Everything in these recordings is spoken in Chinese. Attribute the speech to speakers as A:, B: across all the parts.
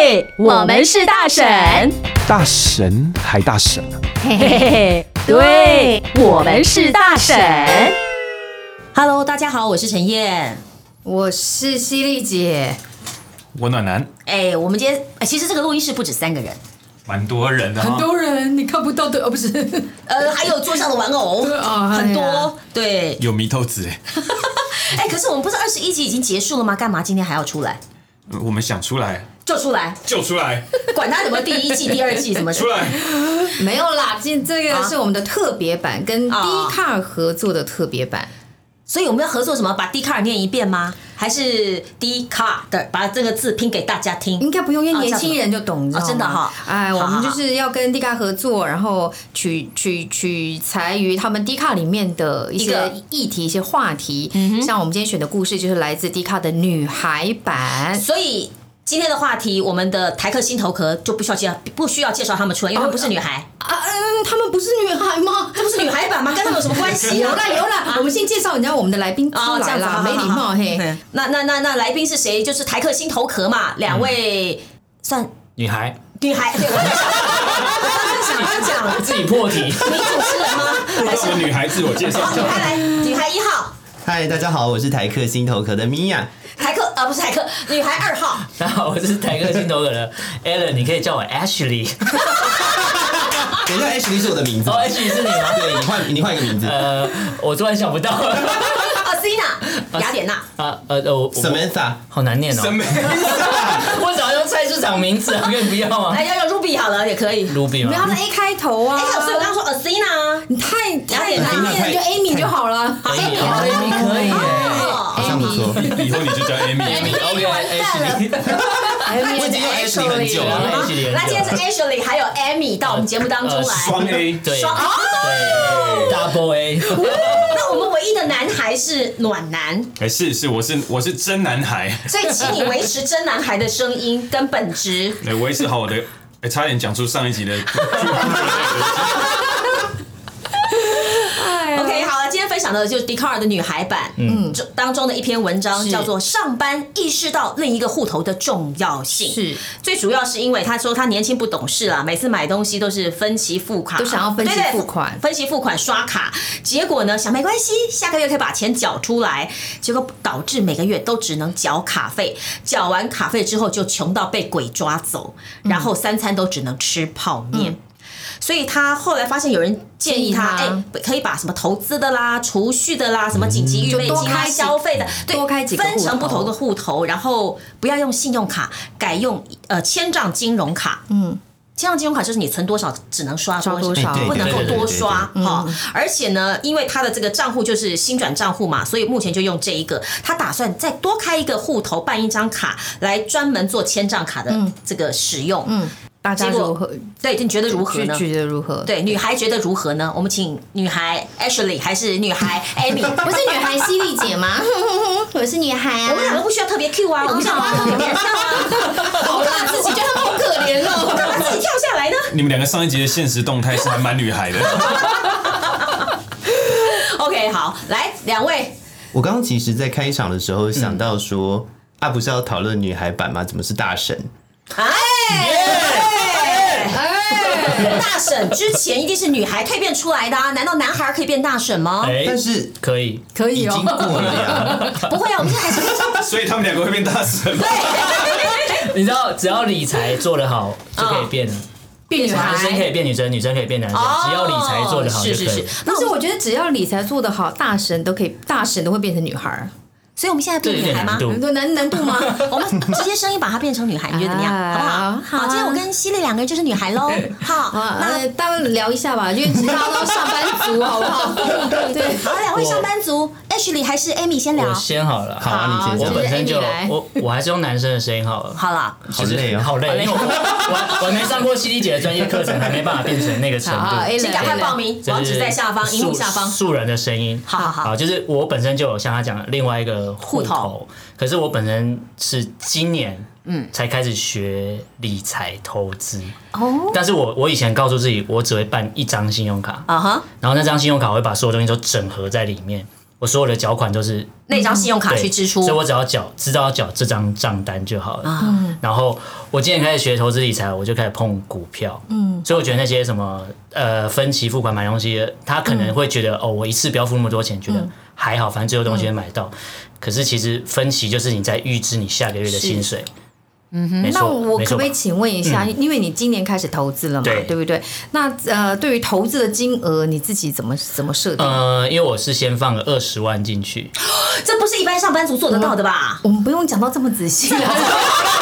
A: 嘿，我们是大婶，
B: 大神还大神啊！
A: 嘿嘿嘿，对，我们是大婶。
C: Hello，大家好，我是陈燕。
D: 我是犀利姐，
E: 我暖男，
C: 哎、我们今天、哎其实这个录音室不止三个人，
E: 蛮多人的哈、
D: 很多人你看不到的，哦，不 是，
C: 呃，还有桌上的玩偶，
D: 对啊
C: 很多。
D: 哎呀
C: 对，
E: 有迷透子哎，
C: 哎、可是我们不是二十一集已经结束了吗？干嘛今天还要出来？
E: 嗯我们想出来
C: 就出来，
E: 就出来，
C: 管他什么第一季、第二季什么
E: 出 来，
D: 没有啦，这这个是我们的特别版，跟
C: 啊
D: D 卡合作的特别版。
C: 所以我们要合作什么？把 D 卡念一遍吗？还是 D 卡的把这个字拼给大家听？
D: 应该不用，因
C: 啊
D: 为年轻人就懂，你知道吗？
C: 真的哈
D: 哎，
C: 好
D: 我
C: 好
D: 们
C: 好
D: 就是要跟 D 卡合作，然后取取取材于他们 D 卡里面的一嗯
C: 一个
D: 些议题、一些话题。像我们今天选的故事就是来自 D 卡的女孩版。
C: 所以今天的话题，我们的台客心头壳就不需要介不需要介绍他们出来，因为他们不是女孩，
D: 啊，嗯，他们不是女孩 吗？
C: 这不是女孩版吗？跟他们有什么关系
D: 有
C: 啊？
D: 啦有啦，我们先介绍人家我们的来宾出
C: 哦，这样
D: 来
C: 子
D: 啦，
C: 好哎
D: 没礼貌。嘿。
C: 好好好那那那那来宾是谁？就是台客心头壳嘛，两位、算
F: 女孩
C: 女孩。对我在想，我刚刚想要讲
F: 自己 破题。
C: 女主持人吗？ 还是
E: 让我女孩自我介绍
C: 好，
E: 一
C: 女
E: 下。
C: 孩来，女孩一号，
G: 嗨，大家好，我是台客心头壳的米娅。
C: 台客啊不是台客，女孩二号。
F: 大家好，我是台客心头壳 的 Alan，你可以叫我 Ashley。
G: 等 一下，H 你是我的名字
F: 哦，，Ashley 是你吗？
G: 对你换你换一个名字
F: 呃， 我突然想不 到了。
C: 啊 c i n a 雅典娜，
F: 啊呃呃，我我
G: ，Samantha。
F: 好难念哦。 我早用菜市场名字 啊，可以不要吗
C: 哎，要用 Ruby 好了也可以。
F: ？Ruby
D: 没有，他
F: 吗？
D: 们 A 开头啊。
C: 哎，所以我哎刚刚说啊 Asina，
D: 你太太
C: 雅典娜
D: 难念了，就
C: 哎
D: Amy 就好了。
C: 好
F: 以
C: 好
F: 啊，Amy 可以
C: 哎
F: 耶。
G: 好像不 错，
E: 以后你就叫 Amy，
F: OK Ashley，
C: 哎
G: 哎我已经用
D: 哎
G: H 你很久了。
F: Ashley 也是
C: 啊那今天是 Ashley 还有 Amy 到我们节目当中来，
E: 双 A，
F: 对
C: 双哦
F: 对，Double A，
C: 那我们唯一的男孩是暖男，
E: 哎是是，我是我是真男孩，
C: 所以请你维持真男孩的声音跟本质。
E: 哎维持好我的，哎差点讲出上一集的，
C: 哎
D: 哎
C: OK，好了，今天分享的就是笛卡尔的女孩版，嗯，当中的一篇文章叫做《上班意识到另一个户头的重要性》。
D: 是，
C: 最主要是因为他说他年轻不懂事啊啦，每次买东西都是分期付款，
D: 都想要分期
C: 对对
D: 付款
C: 分期付款刷卡。结果呢，想没关系，下个月可以把钱缴出来，结果导致每个月都只能缴卡费，缴完卡费之后就穷到被鬼抓走，
D: 嗯
C: 然后三餐都只能吃泡面。所以他后来发现有人建议他，哎、
D: 建议
C: 可以把什么投资的啦、储蓄的啦、什么紧急预备
D: 嗯就多
C: 金啊、
D: 开几
C: 消费的，对，
D: 多开几个
C: 分成不
D: 户头
C: 同的户头，然后不要用信用卡，改用呃千账金融卡。嗯，千账金融卡就是你存多少只能刷
D: 刷多
C: 少。
D: 少
G: 哎对
C: 不能够
F: 对对
C: 多
F: 对
C: 刷哈，而且呢，因为他的这个账户就是新转账户嘛，所以目前就用这一个。他打算再多开一个户头，办一张卡来专门做千账卡的这个使用。嗯，
D: 大家
C: 结果
D: 如何？
C: 对，你觉得如何
D: 拒
C: 呢？
D: 绝的如何？，
C: 对，女孩觉得如何呢？我们请女孩 Ashley 还是女孩 Amy？
D: 不是女孩犀利姐吗？ 我是女孩
C: 我们两个不需要特别 Q 啊，我们想把特别跳啊，好怕自己觉得他们好可怜哦， 干嘛自己跳下来呢？
E: 你们两个上一集的现实动态是还蛮女 孩的，
C: OK，好，来两位，
G: 我刚刚其实，在开场的时候想到
F: 嗯
G: 说，啊，不是要讨论女孩版吗？怎么是大神？
C: 哎，大婶之前一定是女孩蜕变出来的啊，难道男孩可以变大婶吗？
F: 哎，
G: 但是
F: 可以，
D: 可以
G: 已经
D: 哦。
G: 过了呀。
C: 不会啊，我们现在还是可以这样
E: 所以他们两个会变大神吗。
F: 你知道只要理财做得好就可以变，
D: 变女
F: 男生可
D: 孩。
F: 以变女生，女生可以变男生，只要理财做得好
C: 哦是
F: 哦就是可以
C: 是。，
D: 但
C: 那
D: 是
C: 我
D: 我觉得只要理财做得好，大神都可以，大神都会变成女孩儿。
C: 所以我们现在
F: 这
C: 变
F: 有
C: 女
F: 点
C: 孩吗
F: 难？
G: 嗯
F: 度。
D: 难难度吗？
C: 我们直接声音把它变成女孩，你觉得怎么样？好不好？
D: 啊
C: 好，今天我跟犀利两个人就是女孩 喽。好，
D: 啊，
C: 那
D: 呃，大家聊一下 吧，因为大家都上班族，好不好？ 对，
C: 好，两位上班族，Ashley 还是 Amy 先聊
F: 我。先好了，
G: 好啊，你
F: 我
G: 先
D: 好
G: 讲
F: 本。身就
D: 谢谢 Amy 来
F: 我我还是用男生的声音好了，
C: 好了，
G: 好
F: 就是
G: 累哦。
F: 好累，因为我 我我还没上过犀利姐的专业课程，还没办法变成那个程
D: 好
F: 度。
D: ，A
C: 请赶快报名，
F: 这
C: 网
F: 是
C: 址在下方，
F: 素
C: 荧幕下方。
F: 素人的声音。
C: 好好好
F: 好，就是我本身就有像他讲的另外一个户
C: 户
F: 头
C: 头，
F: 可是我本身是今年嗯才开始学理财投资哦，但是我我以前告诉自己，我只会办一张信用卡，
C: 啊哈，
F: 然后那张信用卡我会把所有东西都整合在里面。我所有的缴款都是
C: 那张信用卡
F: 嗯对
C: 去支出
F: 所以，我只要缴，知道要缴这张账单就好了。然后我今年开始学投资理财，我就开始碰股票。嗯，所以我觉得那些什么呃分期付款买东西的，他可能会觉得、哦，我一次不要付那么多钱，觉得还好，反正最后东西会买到。可是其实分期就是你在预支你下个月的薪水。嗯哼，没
D: 那
F: 错，
D: 我
F: 没
D: 可不可
F: 错吧嗯
D: 以请问一下，因为你今年开始投资了嘛，
F: 对
D: 对不对？那呃，对于投资的金额，你自己怎么怎么设定？
F: 呃，因为我是先放了二十万进去，
C: 这不是一般上班族做得到的吧？
F: 嗯
D: 我们不用讲到这么仔细啊，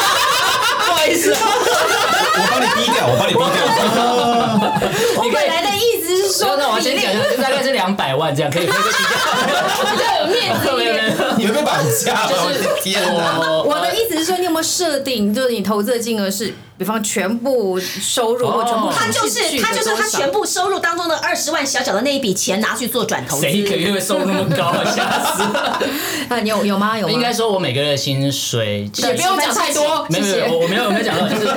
F: 不好意 思、啊
E: 我帮你逼掉，我帮你逼掉。
D: 我本来的意思是说，
F: 那我要先讲一下，大概是两百万这样，可以可以可以
D: 比较有面 子一点。
G: 你会被绑架吗？我的天哪！
F: 我
D: 我的意思是说，你有没有设定，就是你投资的金额是，比方全部收入或全部
F: 哦
C: 他就
D: 储
C: 是
D: 蓄的
C: 他就是他
D: 多少
C: 全部收入当中的二十万小小的那一笔钱拿去做转投资，
F: 谁一个月会收入那么高啊？吓死了！
D: 啊，你有有吗？有吗？
F: 应该说，我每个月的薪水其
D: 也
F: 实
D: 不用讲太多，
F: 没
D: 谢
F: 有没
D: 谢
F: 有，。我我没有我没有讲到，就是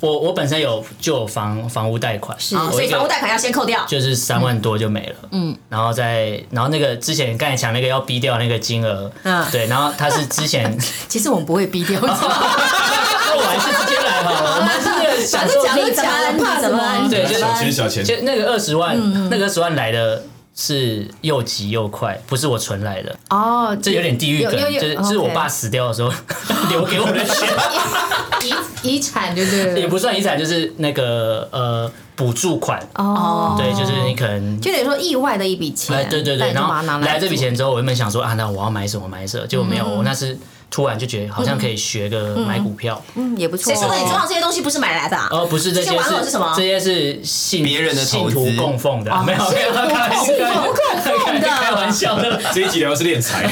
F: 我我本身有就有房房屋贷款，
D: 是
C: 啊，所
F: 我
C: 以
F: 一
C: 房屋
F: 个
C: 贷款要先扣掉。
F: 就是三万多就没了，嗯，然后再然后那个之前刚才讲那个要逼掉那个金额，
C: 嗯
F: 嗯，对，然后他是之前，
D: 其实我们不会逼 掉，
F: 那我还是直接来好了，我们还是那个
D: 反
F: 享
D: 正
F: 受
D: 讲就
C: 你怎
D: 讲
C: 么
D: 了，
C: 了
D: 怕什么？
C: 你
F: 对，就
E: 小钱小钱，
F: 就那个二十万，那个二十万来的是又急又快，不是我存来的，
D: 哦，
F: 这有点地狱
D: 有
F: 梗，
D: 有有
F: 就是就是我
D: OK
F: 爸死掉的时候 留给我的钱，
D: 遗遗产，对对
F: 也
D: 对。
F: 不算遗产，就是那个呃补助款，
D: 哦，
F: 对，就是你可能。
D: 就等于说意外的一笔钱，
F: 哎，对对对，
D: 但你就
F: 然
D: 把它拿
F: 后来这笔
D: 做，嗯
F: 钱之后，我原本想说啊，那我要买什么买什么，结果没有，我那是突然就觉得好像可以学个买股票，
D: 嗯，也不错
C: 谁。说的？你桌上这些东西不是买来的啊？
F: 哦哦，不是这些
C: 这些玩偶是什么
F: 这些是信
G: 别人的投
F: 信
G: 资
F: 徒供奉的，
D: 哦
F: 没有没有，开玩笑，开玩笑的，
D: 哦
E: 这一集聊的是敛 财，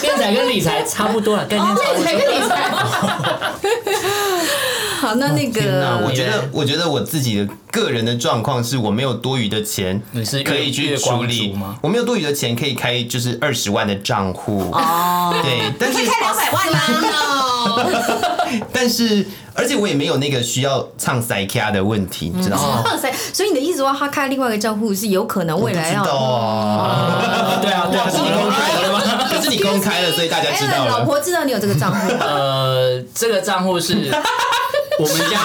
F: 电仔跟理财差不多了，概念差不多。
D: 好，那那
F: 哦天
D: 个
F: 哪
G: 我
F: 我
G: 觉
F: 以
G: 得
F: 为，
G: 我觉得我自己的个人的状况是我没有多余的钱，
F: 你是月
G: 可以去
F: 月光
G: 处理
F: 族吗
G: 我没有多余的钱可以开就是二十万的账户哦，对，但
C: 可以
G: 是
C: 开两百万啊啦！
G: 但是而且我也没有那个需要唱塞卡的问题，
F: 嗯
G: 你知道吗？
F: 哦
D: 哇塞！所以你的意思说，他开另外一个账户是有可能未来
G: 知
D: 要
G: 道啊，
F: 对啊，对啊，
G: 可是你公开了吗？可是你公开
F: 哎
G: 了，所以大家知道
D: Alan，老 哎
G: 了。
D: 婆知道你有这个账 户吗，
F: 呃，这个账 户是我们家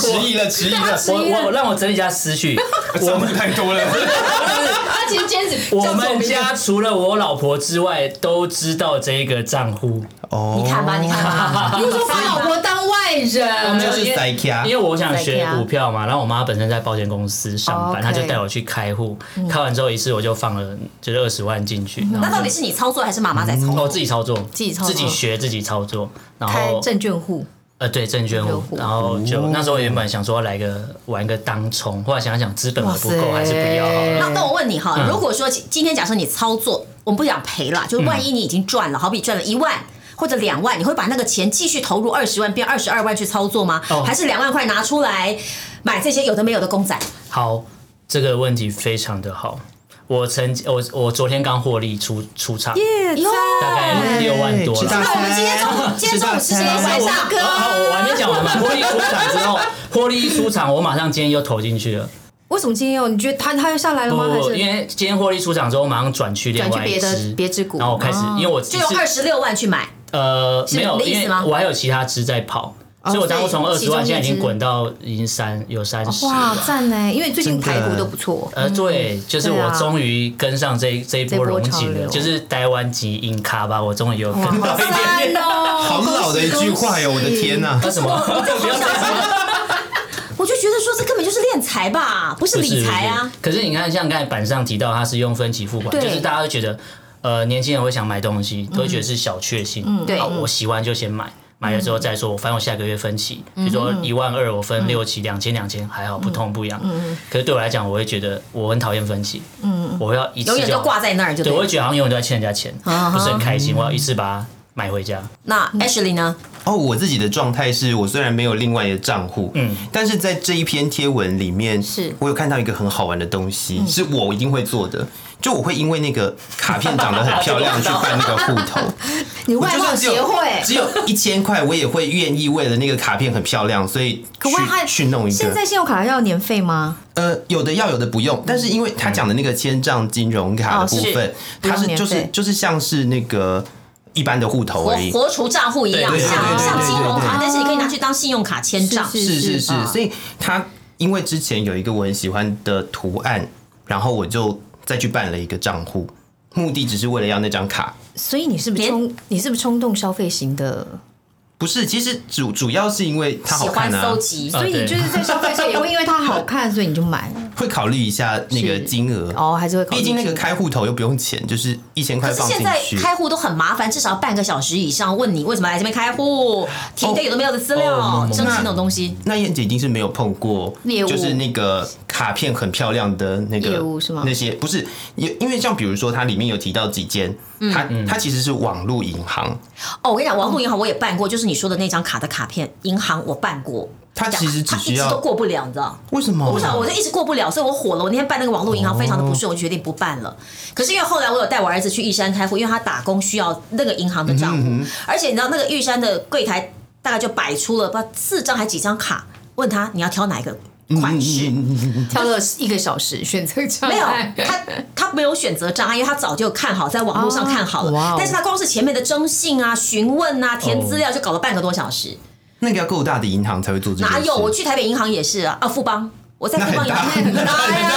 G: 迟疑了，迟疑了，
F: 我我我让我整理一下 思绪。
E: 账目太多了。
D: 他其实兼职
F: 我们家除了我老婆之外，都知道这个账户，
G: 哦，
C: 你看吧，你看
F: 哦
C: 吧，
D: 就 把老婆哦当外人，
G: 就是塞卡
F: 因为，我想学
D: 在家
F: 股票嘛，然后我妈本身在保险公司上
D: 哦
F: 班，她
D: ，OK 嗯
F: 就带我去开户，开完之后一次我就放了就是二十万进去，然
C: 那
F: 后
C: 到底是你操作还是妈妈在操
F: 我
C: 作？
F: 自己操作，
D: 自己操作
F: 自己学自己操作，然
D: 开
F: 后
D: 证券户，
F: 呃，对证券
D: 证券
F: 户
D: 户，
F: 然后
G: 哦
F: 就那时候原本想说来个玩个当冲，后来想想资本我不够，
D: 哇塞
F: 还是不要好了。
C: 那那我问你
F: 嗯
C: 哈，如果说今今天假设你操作，我们不讲赔了，就是万一你已经赚了，好比赚了一万。或者两万，你会把那个钱继续投入二十万变二十二万去操作吗？
F: 哦
C: 还是两万块拿出来买这些有的没有的公仔？
F: 好，这个问题非常的好。我曾经我我昨天刚获利出出场，
C: 哟，
F: 大概六万多
G: 吃
F: 了。
G: 大
C: 那我们今天中午
G: 餐，
C: 今天中午吃什么
F: 我
C: 晚上？
F: 我我还没讲完嘛，获利出场之 后，获利一出场，我马上今天又投进去了。
D: 为什么今天要？你觉得他他又下来了
F: 不
D: 吗？还
F: 不，
D: 是
F: 因为今天获利出场之后，马上转去另
D: 转去
F: 外一
D: 别的
F: 支
D: 别支股哦
F: 然后我开始，因为我
C: 就
F: 只
C: 用
F: 是
C: 二十六万去买，
F: 呃，
C: 是
F: 没有
C: 你，的意
F: 因
C: 思
F: 为
C: 吗
F: 我还有其他支在跑，所以我当初从
D: 哦所
F: 二
D: 以其中一
F: 十万，
D: 支
F: 现在已经滚到已经三有三十
D: 哇
F: 了。
D: 赞呢？因为最近
G: 啊真的
D: 台股都不 错，
F: 呃，对，就是
D: 对
F: 我
D: 啊
F: 终于跟上这这一波
D: 这波
F: 荣
D: 潮
F: 景
D: 流
F: 了，就是台湾籍硬咖吧，我终于有跟到一点点。
D: 赞哦！
G: 好老的一句话哟，我的天哪！
F: 那什么？不要再说了
C: 我就觉得说这根本就是敛财吧，不是
F: 不是
C: 理财啊。。
F: 不是可是你看，像刚才板上提到，它是用分期付款，
D: 对
F: 就是大家会觉得，呃，年轻人会想买东西，都会觉得是小确幸，
C: 对
F: 好我喜欢就先买。买了之后再说，我反正我下个月分期，比如说一万二，我分六期，两千两千，还好不痛不痒。可是对我来讲，我会觉得我很讨厌分期，我要一次
C: 永远
F: 就
C: 就挂在那儿，就
F: 对，我会
C: 对。
F: 觉得好像永远都在欠人家钱，不是很开心。我要一次把它买回家。
C: 那 Ashley 呢？
G: 哦，我自己的状态是我虽然没有另外一个账户，嗯，但是在这一篇贴文里面，
D: 是嗯
G: 我有看到一个很好玩的东西，是我一定会做的。就我会因为那个卡片长得很漂亮去办那个户 头，
D: 你
G: 我
D: 外
G: 就
D: 貌
G: 算只
D: 协
G: 有。
D: 会
G: 只有一千块，我也会愿意为了那个卡片很漂亮，所以
D: 可外汉
G: 去去弄一
D: 现
G: 个。
D: 在信用卡要年费吗？
G: 呃，有的要，有的不用。但是因为他讲的那个千账金融卡
D: 哦
G: 的部
D: 是
G: 分，
D: 不用
G: 它是
D: 年
G: 就是
D: 费
G: 就是像是那个一般的户头
C: 活
G: 而已，
C: 活除账户一样，
G: 对对对
C: 像
G: 对对
C: 像金融卡
G: 对对，
C: 但是你可以拿去当信用卡签账。
G: 是是是，
C: 嗯
D: 啊
G: 所以他因为之前有一个我很喜欢的图案，然后我就再去办了一个账户，目的只是为了要那张卡。
D: 所以你是不是
C: 连
D: 冲你是不是冲动消费型的？
G: 不是，其实主主要是因为它
C: 喜
G: 好
C: 欢
G: 看啊嗯
C: 搜，集，
D: 所以 你就是在消费上也会因为它好看，所以你就买
G: 会考虑一下那个金额。
D: 哦，还是会考虑
G: 毕竟那个
D: 进去
G: 开户头又不用钱，就是一千块
C: 可是
G: 放进
C: 现在
G: 去。
C: 开户都很麻烦，至少要半个小时以上。问你为什么来这边开户，填一堆有的没有的资料
F: 哦，
C: 征集那种东西。
G: 那燕姐已经是没有碰过
D: 猎物
G: 就是那个卡片很漂亮的那个
D: 猎物是吗
G: 那些不是，也因为像比如说它里面有提到几间，它
C: 嗯
G: 它其实是网络银行，
C: 哦，我跟你讲，网络银行我也办过，就是你说的那张卡的卡片，银行我办过。
G: 它其实只
C: 它
G: 需
C: 一直都
G: 要
C: 过不了，你知道？
G: 为什么？
C: 我不知啊道，我就一直过不了，所以我火了。我那天办那个网络银行非常的不
G: 哦
C: 顺，我就决定不办了。可是因为后来我有带我儿子去玉山开户，因为他打工需要那个银行的
G: 嗯
C: 账户，而且你知道那个玉山的柜台大概就摆出了不知道四张还几张卡，问他你要挑哪一个款
G: 嗯
C: 式。
D: 挑了一个小时选择障
C: 没有
D: 碍，
C: 他他没有选择障碍，因为他早就看好，在网络上看好了。
D: 哦哇哦
C: 但是他光是前面的征信啊、询问啊、填资
G: 哦
C: 料就搞了半个多小时，
G: 那个要够大的银行才会做这件事。
C: 哪有？我去台北银行也是啊，啊富邦，我在富邦银行
G: 那很大
C: 哎呀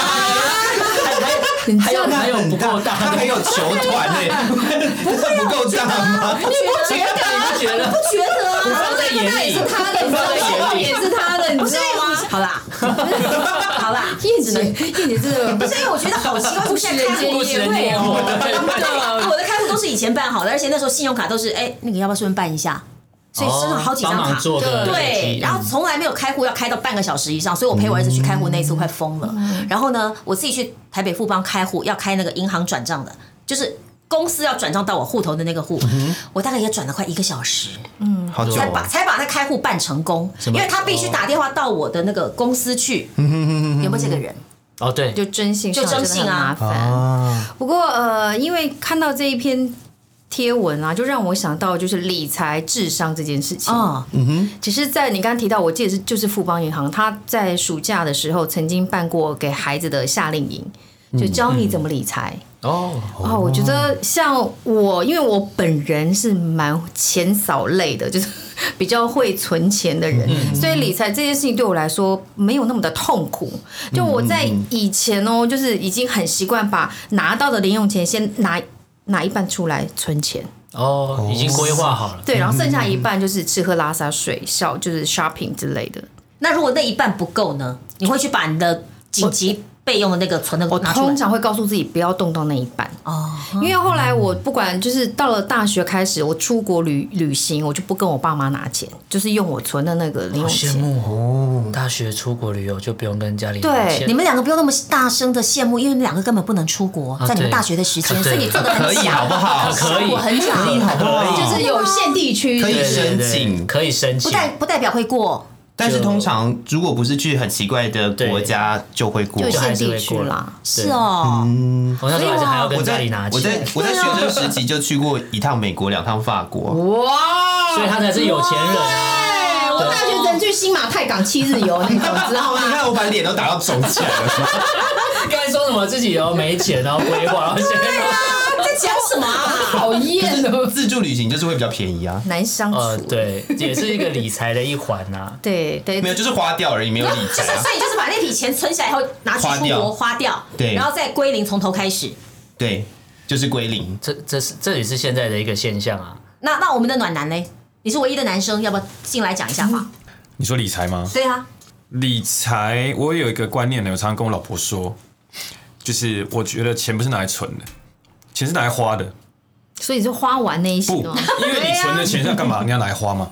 D: 你
F: 还
D: 知道
F: 有
D: 吗
F: 还有不够大，
G: 他还有球团呢， 不啊够大吗？
C: 你不觉得？
F: 你不觉
C: 不
F: 得？
C: 觉得啊？
F: 放在眼里，
D: 他的，你知道吗？也是他的，你
C: 不
D: 知
C: 是
D: 道吗？
C: 好 啦，好啦，
D: 叶姐， 叶姐真的
G: 嗯
C: 不是因为我觉得好奇怪，我现在开户
F: 不食人间烟火，
C: 哎哦我的开户都是以前办好的，而且那时候信用卡都是哎，那个要不要顺便办一下？所以身上好几张
F: 哦帮
C: 卡
F: 忙，做的嗯累
C: 对
F: 积，
C: 然后从来没有开户要开到半个小时以上，所以我陪我儿子去开户那一次快疯了。然后呢，我自己去台北富邦开户，要开那个银行转账的，就是公司要转账到我户头的那个户，我大概也转了快一个小时。
G: 好久
C: 才
G: 哦
C: 把才把他开户办成功，因
F: 么
C: 为他必须打电话到我的那个公司去，有没有这个人？
F: 哦，对，
D: 就征信上
C: 就征
D: 真的
C: 信
D: 很麻
C: 啊
D: 烦。
G: 啊！
D: 不过呃，因为看到这一篇贴文啊，就让我想到就是理财智商这件事情。
C: 哦，
D: 只是在你刚刚提到，我记得是就是富邦银行，他在暑假的时候曾经办过给孩子的夏令营，就教你怎么理财。
F: 哦，
D: 哦，我觉得像我，因为我本人是蛮钱少类的，就是比较会存钱的
C: 嗯
D: 人，所以理财这件事情对我来说没有那么的痛苦。就我在以前哦，
C: 嗯
D: 就是已经很习惯把拿到的零用钱先拿拿一半出来存钱。
F: 哦，已经规划好了。
C: 嗯
D: 对，然后剩下一半就是吃喝拉撒睡笑，就是 shopping 之类的。
C: 那如果那一半不够呢？你会去把你的紧急备用的那个存的
D: 我
C: 拿出来
D: 通？常会告诉自己不要动到那一半，
C: 哦，
D: 因为后
F: 嗯
D: 来我不管就是到了大学开始，我出国旅旅行，我就不跟我爸妈拿钱，就是用我存的那个零
F: 好
D: 用
F: 羡
D: 钱。
F: 慕哦！大学出国旅游就不用跟家里拿
D: 对
F: 钱
C: 你，们两个不用那么大声的羡慕，因为你们两个根本不能出国，
F: 啊
C: 在你们
F: 对
C: 大学的时间，
F: 啊
C: 所以
F: 对
C: 你做的
G: 可
C: 很
G: 以
C: 假，
G: 好不好
F: 可以
C: 我很假，
F: 哦
D: 就是有限地区，
G: 可以
F: 对对
G: 申
F: 对
G: 请
F: 可以申
C: 不
F: 请，
C: 代不代表会过。
G: 但是通常如果不是去很奇怪的国家，就会过
D: 有。
F: 就
D: 限
F: 还是
D: 地
F: 会
D: 区
F: 过
D: 啦。
C: 是哦，
F: 我那时候还是还要跟
G: 我
F: 家
G: 在
F: 里拿
G: 我在
F: 钱，
G: 我在学生时期就去过一趟美国，两趟法国。
D: 哇！
F: 所以他才是有钱人啊！
D: 哎，我大学只能去新马泰港七日游，你懂知道啊
G: 你
D: 吗？
G: 看我把脸都打到肿起来了。
F: 刚才说什么自己哦没钱，然后规 划，然后现 在
C: 啊在讲什么啊？
D: 讨厌哦，
G: 自助旅行就是会比较便宜啊，
D: 难相
F: 呃
D: 处。
F: 对，也是一个理财的一环啊呐。
D: 对对，
G: 没有就是花掉而已，没有理
C: 就
G: 财
C: 是，
G: 啊。
C: 所以就是把那笔钱存起来以后拿去出国花掉，
G: 对
C: 然后再归零，从头开始。
G: 对，就是归零。
F: 这这是这也是现在的一个现象啊。
C: 那那我们的暖男呢？你是唯一的男生，要不要进来讲一下话？
E: 你说理财吗？
C: 嗯对啊，
E: 理财，我有一个观念呢，我常常跟我老婆说，就是我觉得钱不是拿来存的，钱是拿来花的。
D: 所以就花完那一些
E: 不，
D: 吗？
E: 因为你存的钱是要干嘛？你要拿来花嘛。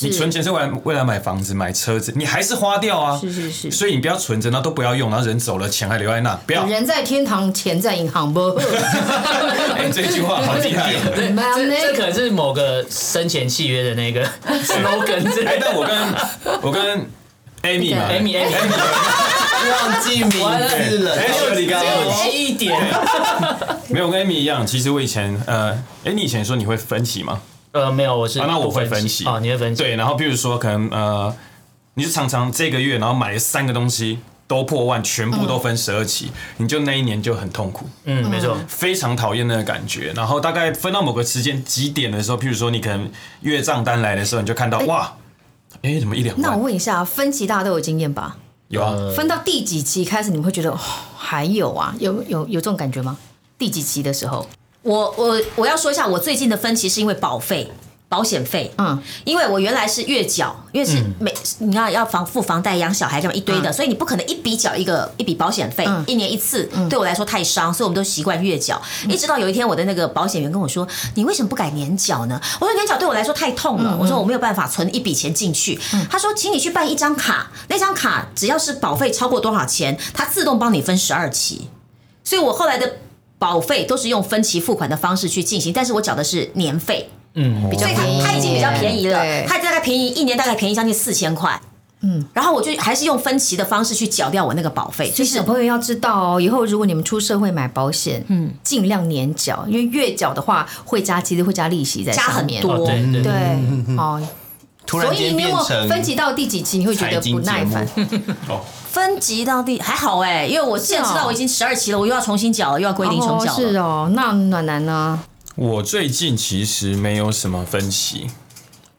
E: 你存钱是为了为了买房子、买车子，你还是花掉啊。
D: 是是是
E: 所以你不要存着，那都不要用，然后人走了，钱还留在那，不要。
D: 人在天堂，钱在银行 不？
E: 哎， 这句话好厉害哦。
F: 这这可能是某个生前契约的那个 slogan 之
E: 哎
F: 类，的。
E: 但我跟我跟 Amy 嘛
F: Amy Amy
G: 忘记名字了。
E: 哎
G: 哎你刚
F: 只
G: 刚
F: 有记忆点，
E: 没有我跟 Amy 一样，其实我以前呃，哎，你以前说你会分析吗？
F: 呃，没有，我是
E: 啊，那我会
F: 不
E: 分析
F: 哦，你会分析，
E: 对，然后比如说可能呃，你是常常这个月然后买了三个东西都破万，全部都分十二期，
D: 嗯
E: 你就那一年就很痛苦，
F: 嗯，没错，
E: 非常讨厌那个感觉。然后大概分到某个时间几点的时候，譬如说你可能月账单来的时候，你就看到哇，哎，怎么一两
D: 那我呃
E: 万？
D: 问一下，分期大家都有经验吧？
E: 有啊，
D: 分到第几期开始，你们会觉得、哦、还有啊？有有有这种感觉吗？第几期的时候？
C: 我我我要说一下，我最近的分歧是因为保费。保险费，
D: 嗯，
C: 因为我原来是月缴，因为是每、你要要房付房贷、养小孩这么一堆的，所以你不可能一笔缴一个一笔保险费，
D: 嗯嗯
C: 一年一次，对我来说太伤，所以我们都习惯月缴。一直到有一天，我的那个保险员跟我说：“你为什么不改年缴呢？”我说：“年缴对我来说太痛
D: 嗯
C: 了，我说我没有办法存一笔钱进去。他说：“请你去办一张卡，那张卡只要是保费超过多少钱，它自动帮你分十二期。”所以我后来的保费都是用分期付款的方式去进行，但是我缴的是年费，
F: 嗯，
G: 哦
C: 所以它它已经比较便宜了
D: 对，
C: 它大概便宜一年大概便宜将近四千块。嗯，然后我就还是用分期的方式去缴掉我那个保费，
D: 所
C: 就
D: 以小
C: 是
D: 朋友要知道哦，以后如果你们出社会买保险，嗯，尽量年缴，因为月缴的话会加，其实会加利息在
C: 加
D: 上
C: 很
D: 面。
E: 嗯
C: 多
F: 哦，对对
D: 对，哦，
G: 突
D: 所
G: 然
D: 以
G: 间
D: 你有
G: 变
D: 没有
G: 成
D: 分级到第几期你会觉
G: 财
D: 得不
G: 经节
D: 耐烦
G: 目？，哦
C: 分级到第还好哎、因为我现在知道我已经十二期了，我又要重新缴了，又要规定重
D: 哦，
C: 缴
D: 是
C: 了。
D: 哦，那暖男呢？
E: 我最近其实没有什么分析，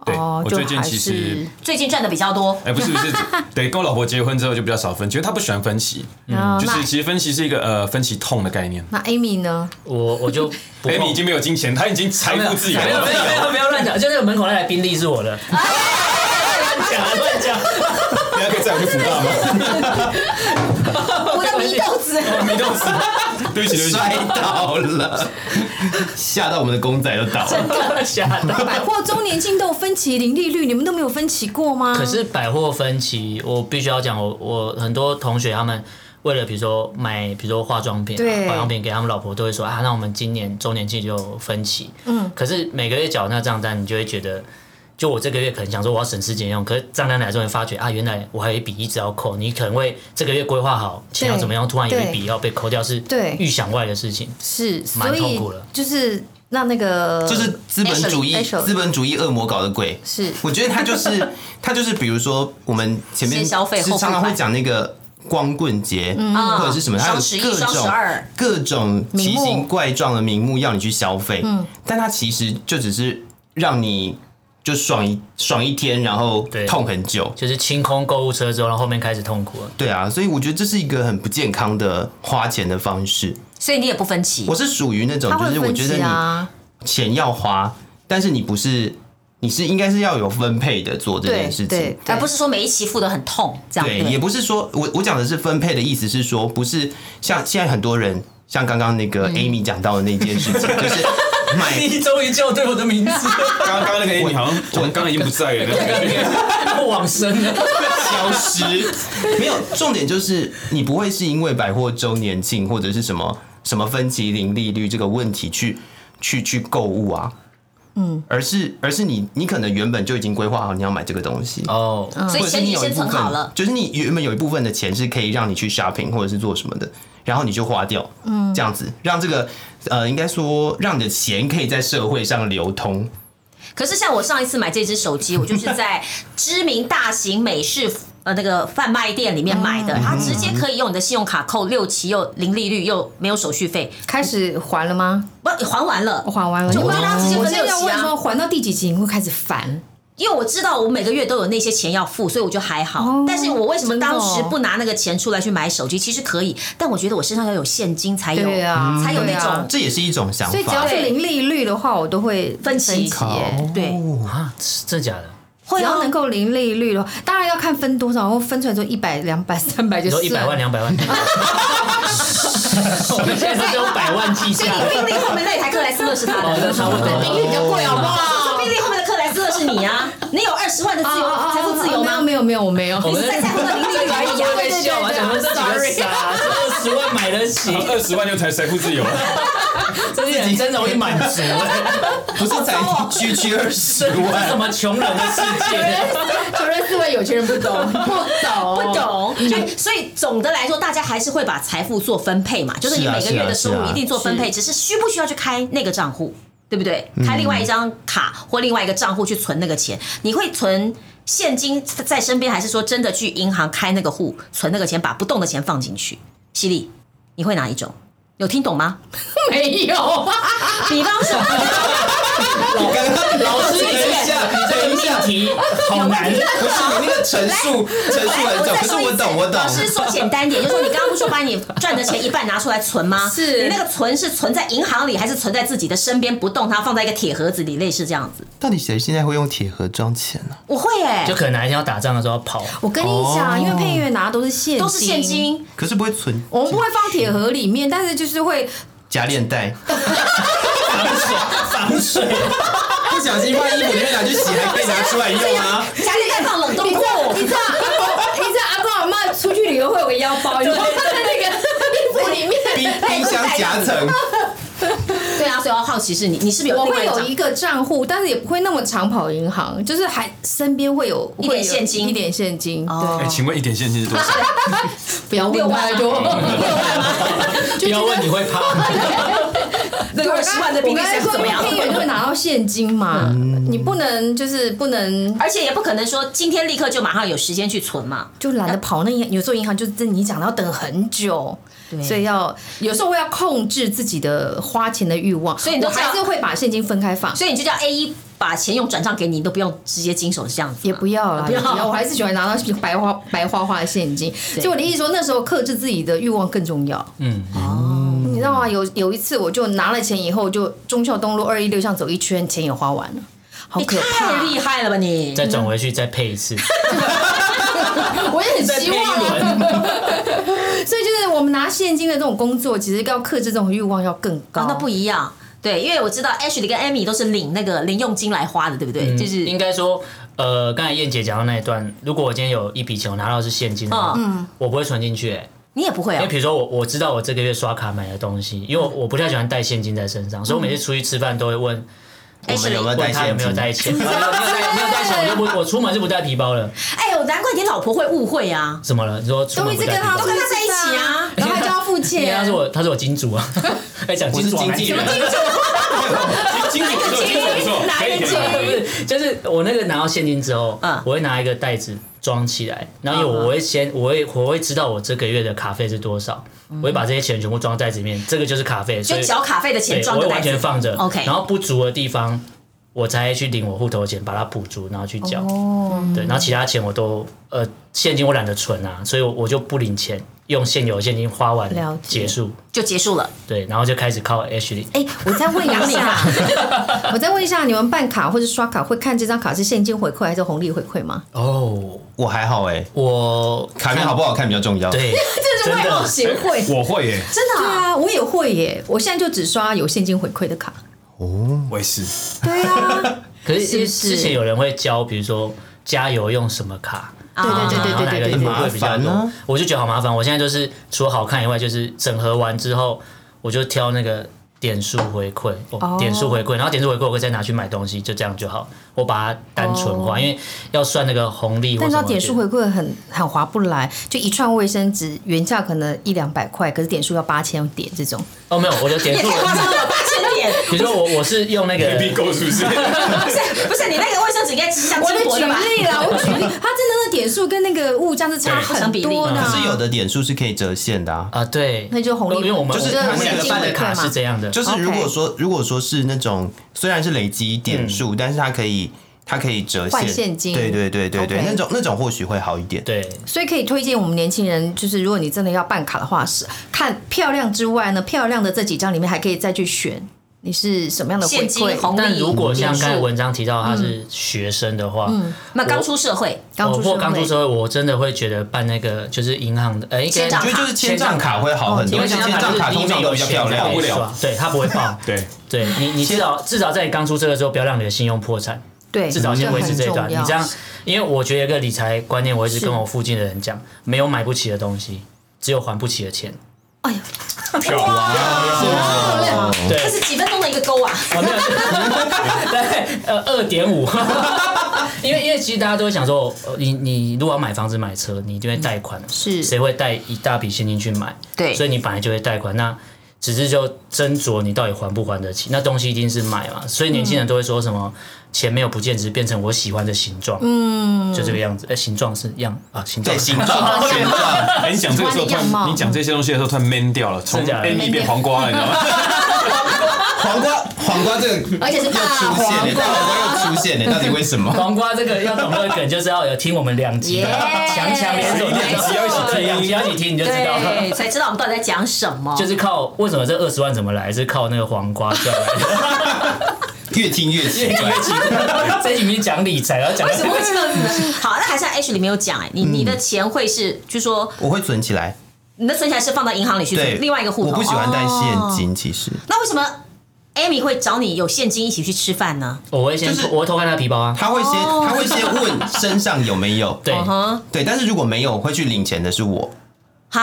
E: 对
D: 哦，
E: 我
D: 就
E: 最近
D: 还
E: 其
D: 是
E: 实
C: 最近赚的比较多，
E: 哎、不是不 是，对，跟我老婆结婚之后就比较少分歧，因为她不喜欢分歧，
D: 啊，
E: 嗯就是
D: 那
E: 其实分歧是一个呃分歧痛的概念。
D: 那 Amy 呢？
F: 我 我就不碰
E: Amy 哎已经没有金钱，他已经财
F: 没有
E: 富自由
F: 没有没有没
E: 了。
F: 有不要乱讲，就那个门口那台宾利是我的， 乱讲啊乱讲，
E: 大家可以载我去福大吗？
C: 我的迷豆子，
E: 迷豆子，对不起对不起，
G: 摔倒了，吓到我们的公仔都倒 了。
F: 吓到。
D: 百货周年庆都有分期零利率，你们都没有分期过吗？
F: 可是百货分期，我必须要讲，我我很多同学他们为了比如说买，比如说化妆品、啊
D: 对
F: 保养品给他们老婆，都会说啊，那我们今年周年庆就分期。嗯，可是每个月缴那账单，你就会觉得。就我这个月可能想说我要省吃俭用，可是账单来之后你发觉啊，原来我还有一笔一直要扣，你可能会这个月规划好钱要怎么样，突然有一笔要被扣掉，是
D: 对
F: 预想外的事情。
D: 是，
F: 蛮
D: 所
F: 痛
D: 以
F: 苦了
D: 就是让那个
G: 这是资本主义，
D: Ashley，Ashley
G: 资本主义恶魔搞的鬼。
D: 是
G: 我觉得 他就是他就是，比如说我们前面
C: 先消费
G: 是
C: 后付
G: 常常
C: 款
G: 会讲那个光棍节，
C: 啊
G: 或者是什么，它有
C: 双十一
G: 各
C: 双十
G: 种
C: 二
G: 各种奇
D: 名
G: 形
D: 目
G: 怪状的名目要你去消费，
C: 嗯
G: 但它其实就只是让你就爽一爽一天，然后
F: 对
G: 痛很久。
F: 就是清空购物车之后，然后后面开始痛苦 了。
G: 对啊，所以我觉得这是一个很不健康的花钱的方式。
C: 所以你也不分期
G: 我。是属于那种，
D: 他会
G: 就是我
D: 分
G: 觉得
D: 期
G: 你
D: 啊，
G: 钱要花，但是你不是，你是应该是要有分配的做这
D: 对
G: 件事情
D: 对。，
C: 而不
D: 是
C: 是说每一期付的很痛，这样
G: 对，也
C: 不
G: 不是说我我讲的是分配的意思是说，不是像现在很多人像刚刚那
D: 嗯
G: 个 Amy 讲到的那 件事情，就是买。
F: 你终于叫对我的名字了，
E: 刚刚那个 Amy
G: 我
E: 好像我们刚刚已经不在 了，那个感觉
F: 往生了。
G: 消失， 没有重点就是你不会是因为百货周年庆或者是什么什么分期零利率这个问题去去去购物啊，嗯，而是而是你你可能原本就已经规划好你要买这个东西，
F: 哦，
C: 所以
G: 或者是
C: 前
G: 你
C: 提
G: 有一
C: 先
G: 部
C: 存
G: 分
C: 好了，
G: 就是你原本有一部分的钱是可以让你去 shopping 或者是做什么的，然后你就花掉，嗯，这样子让这个呃，应该说让你的钱可以在社会上流通，
C: 可是像我上一次买这只手机，我就是在知名大型美式。呃，那个贩卖店里面买的，它直接可以用你的信用卡扣六期，又零利率，又没有手续费，
D: 开始还了吗？
C: 不还完了
D: 我。还完了，
C: 就我觉得他直接
D: 我
C: 分
D: 现在
C: 六
D: 要
C: 期
D: 问
C: 啊
D: 说，还到第几集你会开始烦？
C: 因为我知道我每个月都有那些钱要付，所以我就还好。
D: 哦
C: 但是我为什么
D: 真的哦
C: 当时不拿那个钱出来去买手机？其实可以，但我觉得我身上要有现金才有，
D: 对啊
C: 才有那
D: 对啊
C: 种
G: 这也是一种想
D: 所以只要
G: 法。
D: 是零利率的话，我都会
C: 分期
D: 期耶。
C: 对。
F: 啊，是真的假的？
C: 会
D: 只
C: 啊
D: 要能够零利率的话，当然要看分多少，然后分出来之后一百、两百、三百就算
F: 你说一百万、两百万？我们现在是只有百万计价
C: 所以。你宾利后面那一台克莱斯勒是他的，
F: 哦那差不多
C: 对宾利比较贵，好不好？宾利后面的克莱斯这个是你啊，你有二十万的
D: 哦
C: 自由 财富自由
D: 没有
C: 吗？
D: 没有没有我没有，
F: 我
C: 你
F: 们
C: 是在在乎的零利率而已啊。
F: 在笑啊，想说这几个傻，这二十万买得起，
E: 二十万就才财富自由，
F: 这些人真容易满足，哎
G: 不是才区区二十
F: 这什
G: 万，
F: 么穷人的世界？
D: 穷人思维有钱人不 懂，不懂，
C: 不。懂，
G: 哦
C: 所以所以总的来说，大家还是会把财富做分配嘛，就是你
G: 是啊
C: 每个月的
G: 是
C: 收
G: 啊
C: 入
G: 是啊嗯
C: 一定做分配，只是需不需要去开那个账户，对不对？开另外一张卡或另外一个账户去存那个钱，你会存现金在身边，还是说真的去银行开那个户存那个钱，把不动的钱放进去？犀利，你会哪一种？有听懂 吗？
D: 没有，
C: 比方说，哦
G: 你刚刚 老师等一下，等一下，
F: 题好难，
G: 不是你那个陈述陈述很久，
C: 再
G: 可是
C: 说一
G: 我
C: 次
G: 懂我懂
C: 老，师说简单点，就是说你刚刚不是说把你赚的钱一半拿出来存吗？
D: 是
C: 你那个存 是存在银行里，还是存在自己的身边不动它，放在一个铁盒子里，类似这样子？
G: 到底谁现在会用铁盒装钱呢？
C: 我会哎、
F: 就可能哪一天要打仗的时候要跑。
D: 我跟你讲，因为配乐拿的都是现金，
C: 都是现。金，
G: 可是不会存
D: 我们不会放铁盒里面，但是就是会
G: 假链 带，
F: 防水，
G: 不小心把衣服里面拿去洗，还可以拿出来用啊。
C: 家里再放冷冻库。
D: 你知道阿公，你知道阿公阿妈出去旅游会有个腰包，你知道放在那个衣服里面。
G: 冰冰箱夹层，
C: 对啊，所以我好奇是你，你是不是有
D: 我
C: 另外
D: 会
C: 一
D: 有
C: 张
D: 一个账户，但是也不会那么常跑银行，就是还身边会有
C: 一点
D: 会有
C: 现金
D: 一点现金，
C: 哦
E: 哎，
D: 对，
E: 请问一点现金是多少？
D: 不要
C: 六
D: 问
C: 万
D: 太多，
C: 吗六万吗？
F: 不要问你会怕吗，
C: 那个二十万的比
D: 我
C: 例
D: 刚才
C: 现在
D: 说
C: 怎么样？
D: 配员就会拿到现金嘛，你不能就是不能
C: 而且也不可能说今天立刻就马上有时间去存嘛。
D: 就懒得跑那银，有时候银行就是真的你讲的要等很久。所以要有时候会要控制自己的花钱的欲望，
C: 所以你
D: 我
C: 都知道
D: 还是会把现金分开放，
C: 所以你就叫 A 一把钱用转账给你，你都不用直接经手是这样子吗。
D: 也不要啦，
C: 不要
D: 也我还是喜欢拿到白花白花花的现金。所以我的意思说，那时候克制自己的欲望更重要。
F: 嗯，
C: 哦
D: 你知道吗？有有一次，我就拿了钱以后，就忠孝东路二一六巷走一圈，钱也花完了，好
C: 你
D: 可怕！
C: 太厉害了吧你！
F: 再转回去再配一次，
D: 我也很
F: 再
D: 希
F: 配一
D: 望啊。
F: 轮，
D: 所以就是我们拿现金的这种工作，其实要克制这种欲望要更高。
C: 啊，那不一样。对，因为我知道 Ashley 跟 Amy 都是领那个零用金来花的，对不对？
F: 嗯
C: 就是
F: 应该说，呃，刚才燕姐讲到那一段，如果我今天有一笔钱我拿到的是现金的话，我不会存进去、欸
C: 你也不会
F: 因
C: 啊
F: 为，比如说我我知道我这个月刷卡买的东西，因为我我不太喜欢带现金在身上，所以我每次出去吃饭都会问
G: 我们有没有带
F: 问他有
G: 现
F: 没有
G: 金？
F: 带钱，没有带没有带钱，我就不我出门是不带皮包的。
C: 哎呦，难怪你老婆会误会啊，
F: 怎么了？你说出
D: 都
F: 门
D: 一
F: 不
D: 直
F: 带
D: 跟
F: 皮
D: 他
F: 包
C: 都？跟他在一起啊，
D: 然后还就要付
F: 因为他
D: 钱
F: 是。我他是我金主啊，哎讲
G: 我
F: 金
G: 是
F: 主啊
G: 经纪 人，
E: 金主不错，金主不错，
C: 哪
E: 可
C: 一
E: 以
C: 个
E: 可以可以
C: 金
F: 不是， 就是我那个拿到现金之后，
C: 嗯
F: 我会拿一个袋子装起来，然后因为我会先，我会我会知道我这个月的卡费是多少，我会把这些钱全部装到袋子里面，这个就是卡费，所
C: 就
F: 以
C: 缴卡费的钱
F: 对，
C: 装
F: 我会
C: 的
F: 完
C: 袋
F: 全
C: 子。
F: 放着
C: OK
F: 然后不足的地方我才去领我户头的钱，把它补足，然后去缴。对，然后其他钱我都呃现金我懒得存啊，所以我我就不领钱，用现有的现金花完
D: 了解
F: 结束。
C: 就结束了，
F: 对，然后就开始靠 H 里。
D: 哎，我再问
C: 养
D: 一
C: 你
D: 下
C: 啊，
D: 我再问一下，你们办卡或者刷卡会看这张卡是现金回馈还是红利回馈吗？
F: 哦，
G: 我还好哎，
F: 我
G: 卡片好不好看比较重要。，
F: 对，
D: 这是
F: 真
D: 外貌
F: 的。
D: 协会。
E: 我会耶，
C: 真的
D: 对
C: 啊、
D: 啊，我也会耶，我现在就只刷有现金回馈的卡。
E: 我也是。
D: 对 啊，
F: 可是因
D: 是不
F: 为之
D: 是
F: 前有人会教，比如说加油用什么卡。
D: 对对
C: 啊
D: 对对
F: 然
D: 对
F: 后哪
D: 对
F: 个
D: 对
F: 衣
D: 对
F: 服
D: 对。
F: 会比较
G: 麻烦
F: 多
G: 啊，
F: 我就觉得好麻烦。我现在就是除了好看以外，就是整合完之后，我就挑那个点数回馈，
D: 哦
F: 哦，点数回馈，然后点数回馈我会再拿去买东西，就这样就好。我把它单纯化，因为要算那个红利
D: 哦
F: 或
D: 但
F: 什
D: 是它
F: 么的。
D: 点数回馈很很划不来，就一串卫生纸原价可能一两百块，可是点数要八千点这种。
F: 哦，没有，我的点
C: 也
F: 数
C: 太，夸张了，八千 点，
F: 比如说我我是用那 个
E: B 够是不是？
C: 不是不是，你那个卫生纸应该像
D: 我的
C: 金箔
D: 举
C: 的吧？
D: 例啦，我 举例，它真的那点数跟那个物价是差很多的
G: 可
D: 啊。
G: 是有的点数是可以折现的啊。
F: 啊，对，
D: 那就红利
F: 因为我们
G: 就是
F: 我
G: 他
F: 们
G: 们
F: 两个
G: 现金
F: 办的
G: 回馈
F: 卡
D: 嘛
F: 是这样的，
G: 就是如果说如果说是那种虽然是累积点数，但是它可以它可以折
D: 换
G: 现，
D: 现金
G: 对对对对对，
D: OK
G: 那种那种或许会好一点。
F: 对，
D: 所以可以推荐我们年轻人，就是如果你真的要办卡的话，是看漂亮之外呢，漂亮的这几张里面还可以再去选你是什么样的回
C: 现金
D: 馈。
C: 红利，
F: 但如果像
C: 点
F: 刚才
C: 数
F: 文章提到他是学生的话，
C: 那刚出社会，
D: 嗯刚
F: 我
D: 出社
F: 或
D: 会，
F: 刚出社会，我真的会觉得办那个就是银行的，呃，应
C: 千
F: 该
C: 账
G: 我觉得就是千账卡会好很
F: 因
G: 多，
F: 为
G: 千
F: 像
G: 账卡通常都比较漂亮
E: 报。不了。
F: 对，它不会报
E: 对，
F: 对你，你至少至少在你刚出社会的时候，不要让你的信用破产。
D: 对
F: 至少先维持这一段。
D: 这很重
F: 你
D: 要
F: 这样，因为我觉得一个理财观念，我一直跟我附近的人讲，没有买不起的东西，只有还不起的钱。
D: 哎呀，
E: 漂
C: 漂
E: 亮，
G: 哦
C: 亮，
F: 对
C: 这，是几分钟的一个勾啊！
F: 我没有， 对，呃，二点五。 因为因为其实大家都会想说，呃你你如果要买房子买车，你一定会贷款，
D: 是
F: 谁会带一大笔现金去买？
D: 对
F: 所以你本来就会贷款，那只是就斟酌你到底还不还得起。那东西一定是买嘛，所以年轻人都会说什么钱没有不见，只是变成我喜欢的形状，嗯，就这个样子。哎，形状是样啊，形状
G: 对，形状，形状，
E: 哎，你讲这个时候突
D: 喜欢的样貌
E: 然，你讲这些东西的时候突然 man 掉了，从
F: 真的假的
E: Amy 变黄瓜了，你知 道吗？
G: 黄瓜，黄瓜这个
D: 而且是大
G: 出现
D: 黄
G: 了，
D: 瓜。
G: 黄瓜又出现了，到底为什么？
F: 黄瓜这个要懂这个梗，就是要有听我们两集，强强联手，
C: 没错
F: 对两集要一起听你就知道了。
C: 对，才知道我们到底在讲什么。
F: 就是靠为什么这二十万怎么来？是靠那个黄瓜赚来的。
G: 越听越奇怪。
F: 这一集明明讲理财，然后讲到
C: 怎么会这样子呢？好，那还是 H 里没有讲哎、你
F: 嗯
C: 你的钱会是，就说
G: 我会存起来，
C: 你的存起来是放到银行里去
G: 对，
C: 存，另外一个户头。
G: 我不喜欢带
C: 哦
G: 现金，其实
C: 那为什么 Amy 会找你有现金一起去吃饭呢？
F: 我会先
G: 就是
F: 我会偷看他的皮包
C: 哦
F: 啊。
G: 他会先他会先问身上有没有，
F: 对，
C: 嗯，
G: 对，但是如果没有，会去领钱的是我，
C: 哈，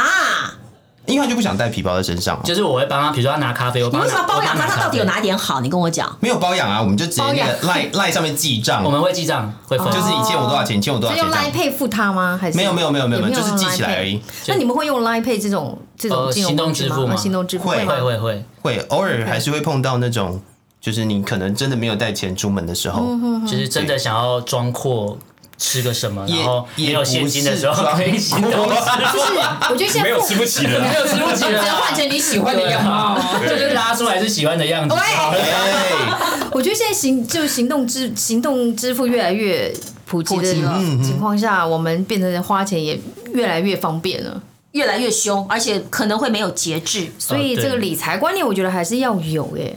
G: 因为他就不想带皮包在身上啊，
F: 就是我会帮他，比如说他拿咖啡，我
C: 你
F: 帮
C: 为
F: 他
C: 什么
F: 拿。
C: 要包养他？
F: 我帮
C: 他到底有
F: 拿咖
C: 哪一点好？你跟我讲。
G: 没有包养啊，我们就直接那个
D: 包
G: 赖赖上面记账
F: 啡？我，们会记账，会
C: 哦
F: 分。
G: 就是你欠我多少钱，欠我多少
D: 是
G: 钱
D: 用
G: 这
D: Line
G: 样。
D: Pay 付他吗？还是
G: 哦没有没有没有没有
D: 也
G: 就是
D: 用
G: 记起来
D: Line Pay
G: 而已
D: 那你们会用 Line Pay 这种这种
F: 呃
D: 金融工具
F: 行动支付吗
D: 啊行动支付
G: 会
D: 吗
F: 会？会会，
G: 会偶尔还是会碰到那种，就是你可能真的没有带钱出门的时候，
C: 嗯
F: 就是真的想要装阔。吃个什么，
G: 也
F: 然后没有现金的时
G: 也不
F: 候可
G: 是
F: 以行动支
D: 不是，我觉得现在
E: 没有
D: 父
E: 吃 不起的啦，
F: 有吃不起
D: 只
F: 的
D: 要换
F: 啊，
D: 成你喜欢的样貌。
C: 哦
F: 这就拉出来是喜欢的样子。好了
G: 哎，
D: 我觉得现在行就行动支行动支付越来越普及的情况下，我们变成花钱也越来越方便了。
C: 越来越凶，而且可能会没有节制。
D: 所以
F: 啊对
D: 这个理财观念，我觉得还是要有诶。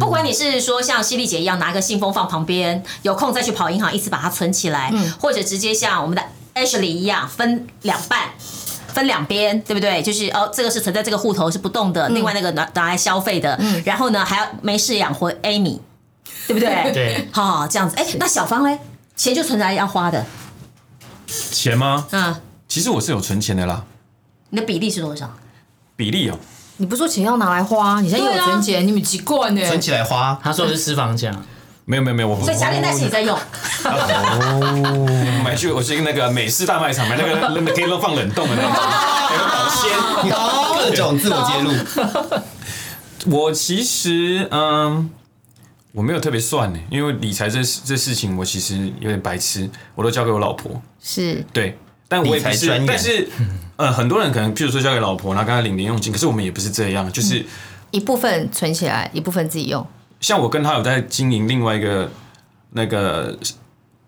C: 不管你是说像犀利姐一样拿个信封放旁边，有空再去跑银行一次把它存起来，或者直接像我们的 Ashley 一样分两半。分两边，对不对？就是哦，这个是存在这个户头是不动的，另外那个拿拿来消费的，然后呢还要没事养活 Amy，对不 对？
F: 对，
C: 好好这样子。哎，那小芳嘞，钱就存在要花的，
E: 钱吗？
C: 嗯，
E: 其实我是有存钱的啦，
C: 你的比例是多少？
E: 比例哦，
D: 你不是说钱要拿来花，你现在又有存钱，你们奇怪呢？
G: 存起来 花，
F: 他说的是私房钱啊，
E: 没有没有没有，我
C: 所以家里那是你在用，
E: 我买去我去那个美式大卖场买 那个那个可以放冷冻的那种，有保鲜。
G: 各种自我揭露，
E: 我其实嗯，我没有特别算呢，因为理财这事这事情我其实有点白痴，我都交给我老婆。
D: 是
E: 对，但我也不
G: 理财
E: 是
G: 专，员
E: 但是呃，很多人可能譬如说交给老婆，然后跟她领零用金，可是我们也不是这样，就是
D: 一部分存起来，一部分自己用。
E: 像我跟她有在经营另外一个那个。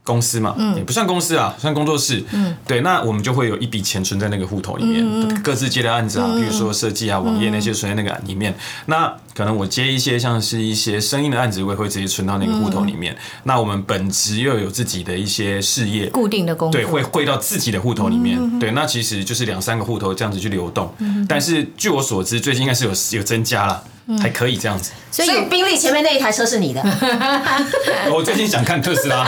E: 公司嘛，也不算公司啊，算工作室。嗯，对，那我们就会有一笔钱存在那个户头里面，各自接的案子啊，比如说设计啊、网页那些存在那个里面。那可能我接一些像是一些生意的案子，我也会直接存到那个户头里面。那我们本职又有自己的一些事业，
D: 固定的工作，
E: 对，会汇到自己的户头里面。对，那其实就是两三个户头这样子去流动。但是据我所知，最近应该是有有增加了。还可以这样子，
D: 所以
C: 所以哦
D: 有
C: 宾利前面那一台车是 你的，
E: 我最近想看特斯拉，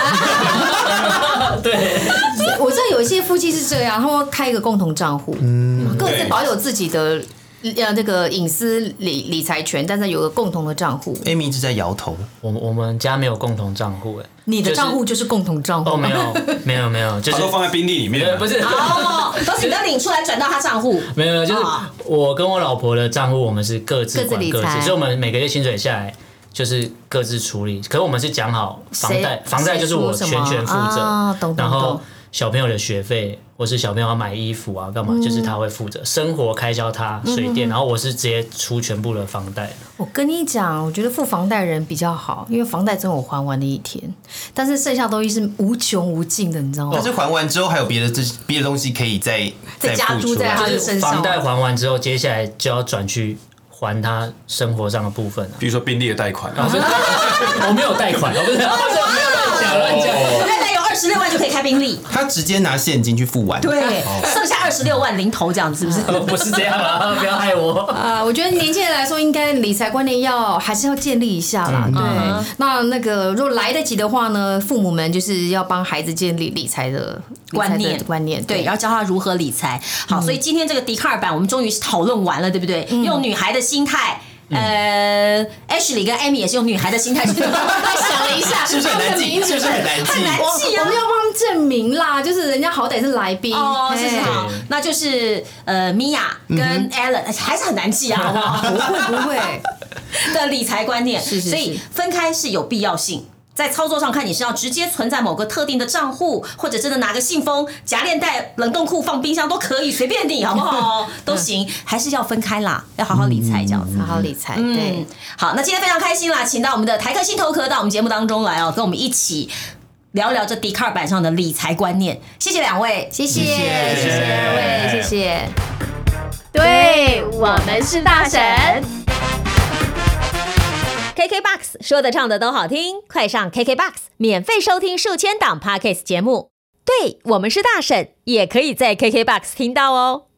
D: 我知道有一些夫妻是这样，他们会开一个共同账户，各自
E: 对
D: 保有自己的呃那个隐私理理财权，但是有个共同的账户。
G: Amy 一直在摇头，
F: 我我们家没有共同账户哎，
D: 你的
F: 就是
D: 账户就是共同账户，
F: 哦，没有，没有，没有，就
E: 它
F: 是
E: 都放在宾利里面
F: 呃
E: 了。
F: 不是，
C: 哦，都是你的领出来转到他账户，
F: 没有，没有，就是
C: 啊
F: 我跟我老婆的账户，我们是各自
D: 各自
F: 管
D: 理
F: 各
D: 财
F: 自，所以我们每个月薪水下来就是各自处理。可是我们是讲好房
D: 谁
F: 贷，房贷就是我
D: 谁
F: 全
D: 出什么
F: 权负
D: 啊懂
F: 责
D: 懂，
F: 然
D: 懂
F: 后小朋友的学费或是小朋友要买衣服啊干
D: 嗯
F: 嘛，就是他会负责，生活开销他水电，然后我是直接出全部的房贷。
D: 我跟你讲，我觉得付房贷人比较好，因为房贷总有还完的一天，但是剩下东西是无穷无尽的，你知道吗
G: 但？是还完之后还有别的这别的东西可以再
D: 再加
G: 付
D: 注
G: 出
D: 在
G: 来
D: 他。的
F: 就是
D: 身上。
F: 房贷还完之后，接下来就要转去还他生活上的部分啊。
E: 比如说宾利的贷款啊，
F: 我没有贷款，我不是，我没有乱讲乱讲。
G: 哦
C: 原来有二十六万就可以开宾利，
G: 他直接拿现金去付完。
C: 对，剩下二十六万零头这样，是不是？
G: 嗯
F: 呃不是这样啊，不要害我。
D: 啊，我觉得年轻人来说，应该理财观念要还是要建立一下啦。
C: 嗯
D: 对，那那个如果来得及的话呢，父母们就是要帮孩子建立理财的
C: 观
D: 理财
C: 念
D: 的观念。
C: 对，然后教他如何理财。好，所以今天这个笛卡尔版我们终于讨论完了，对不对？用女孩的心态。
G: 嗯
C: 呃，Ashley 跟 Amy 也是用女孩的心态 去想了一下，
G: 是不是很难 记？是不是很难记？
C: 很难记
D: 我
C: 啊
D: 们？要帮他们证明啦，就是人家好歹是来宾
C: 哦，是是
D: 嘿
C: 好，
G: 嗯
C: 那就是呃，Mia 跟 Alan 哎还是很难记啊，好不好？
D: 不会不会，
C: 的理财观念，
D: 是是
C: 所以
D: 是
C: 分开是有必要性。在操作上看，你是要直接存在某个特定的账户，或者真的拿个信封夹链袋、冷冻库放冰箱都可以，随便你，好不 好？都行，还是要分开啦，要好好理财这样子。
D: 好好理财。
C: 嗯
D: 对，，
C: 好，那今天非常开心啦，请到我们的台客心头壳到我们节目当中来哦，跟我们一起聊聊这迪卡尔版上的理财观念。谢谢两位，
D: 谢谢谢谢两位，谢谢。
A: 对我们是大神。
H: KKBOX 说的唱的都好听，快上 KKBOX 免费收听数千档 Podcast 节目。对我们是大婶，也可以在 KKBOX 听到哦。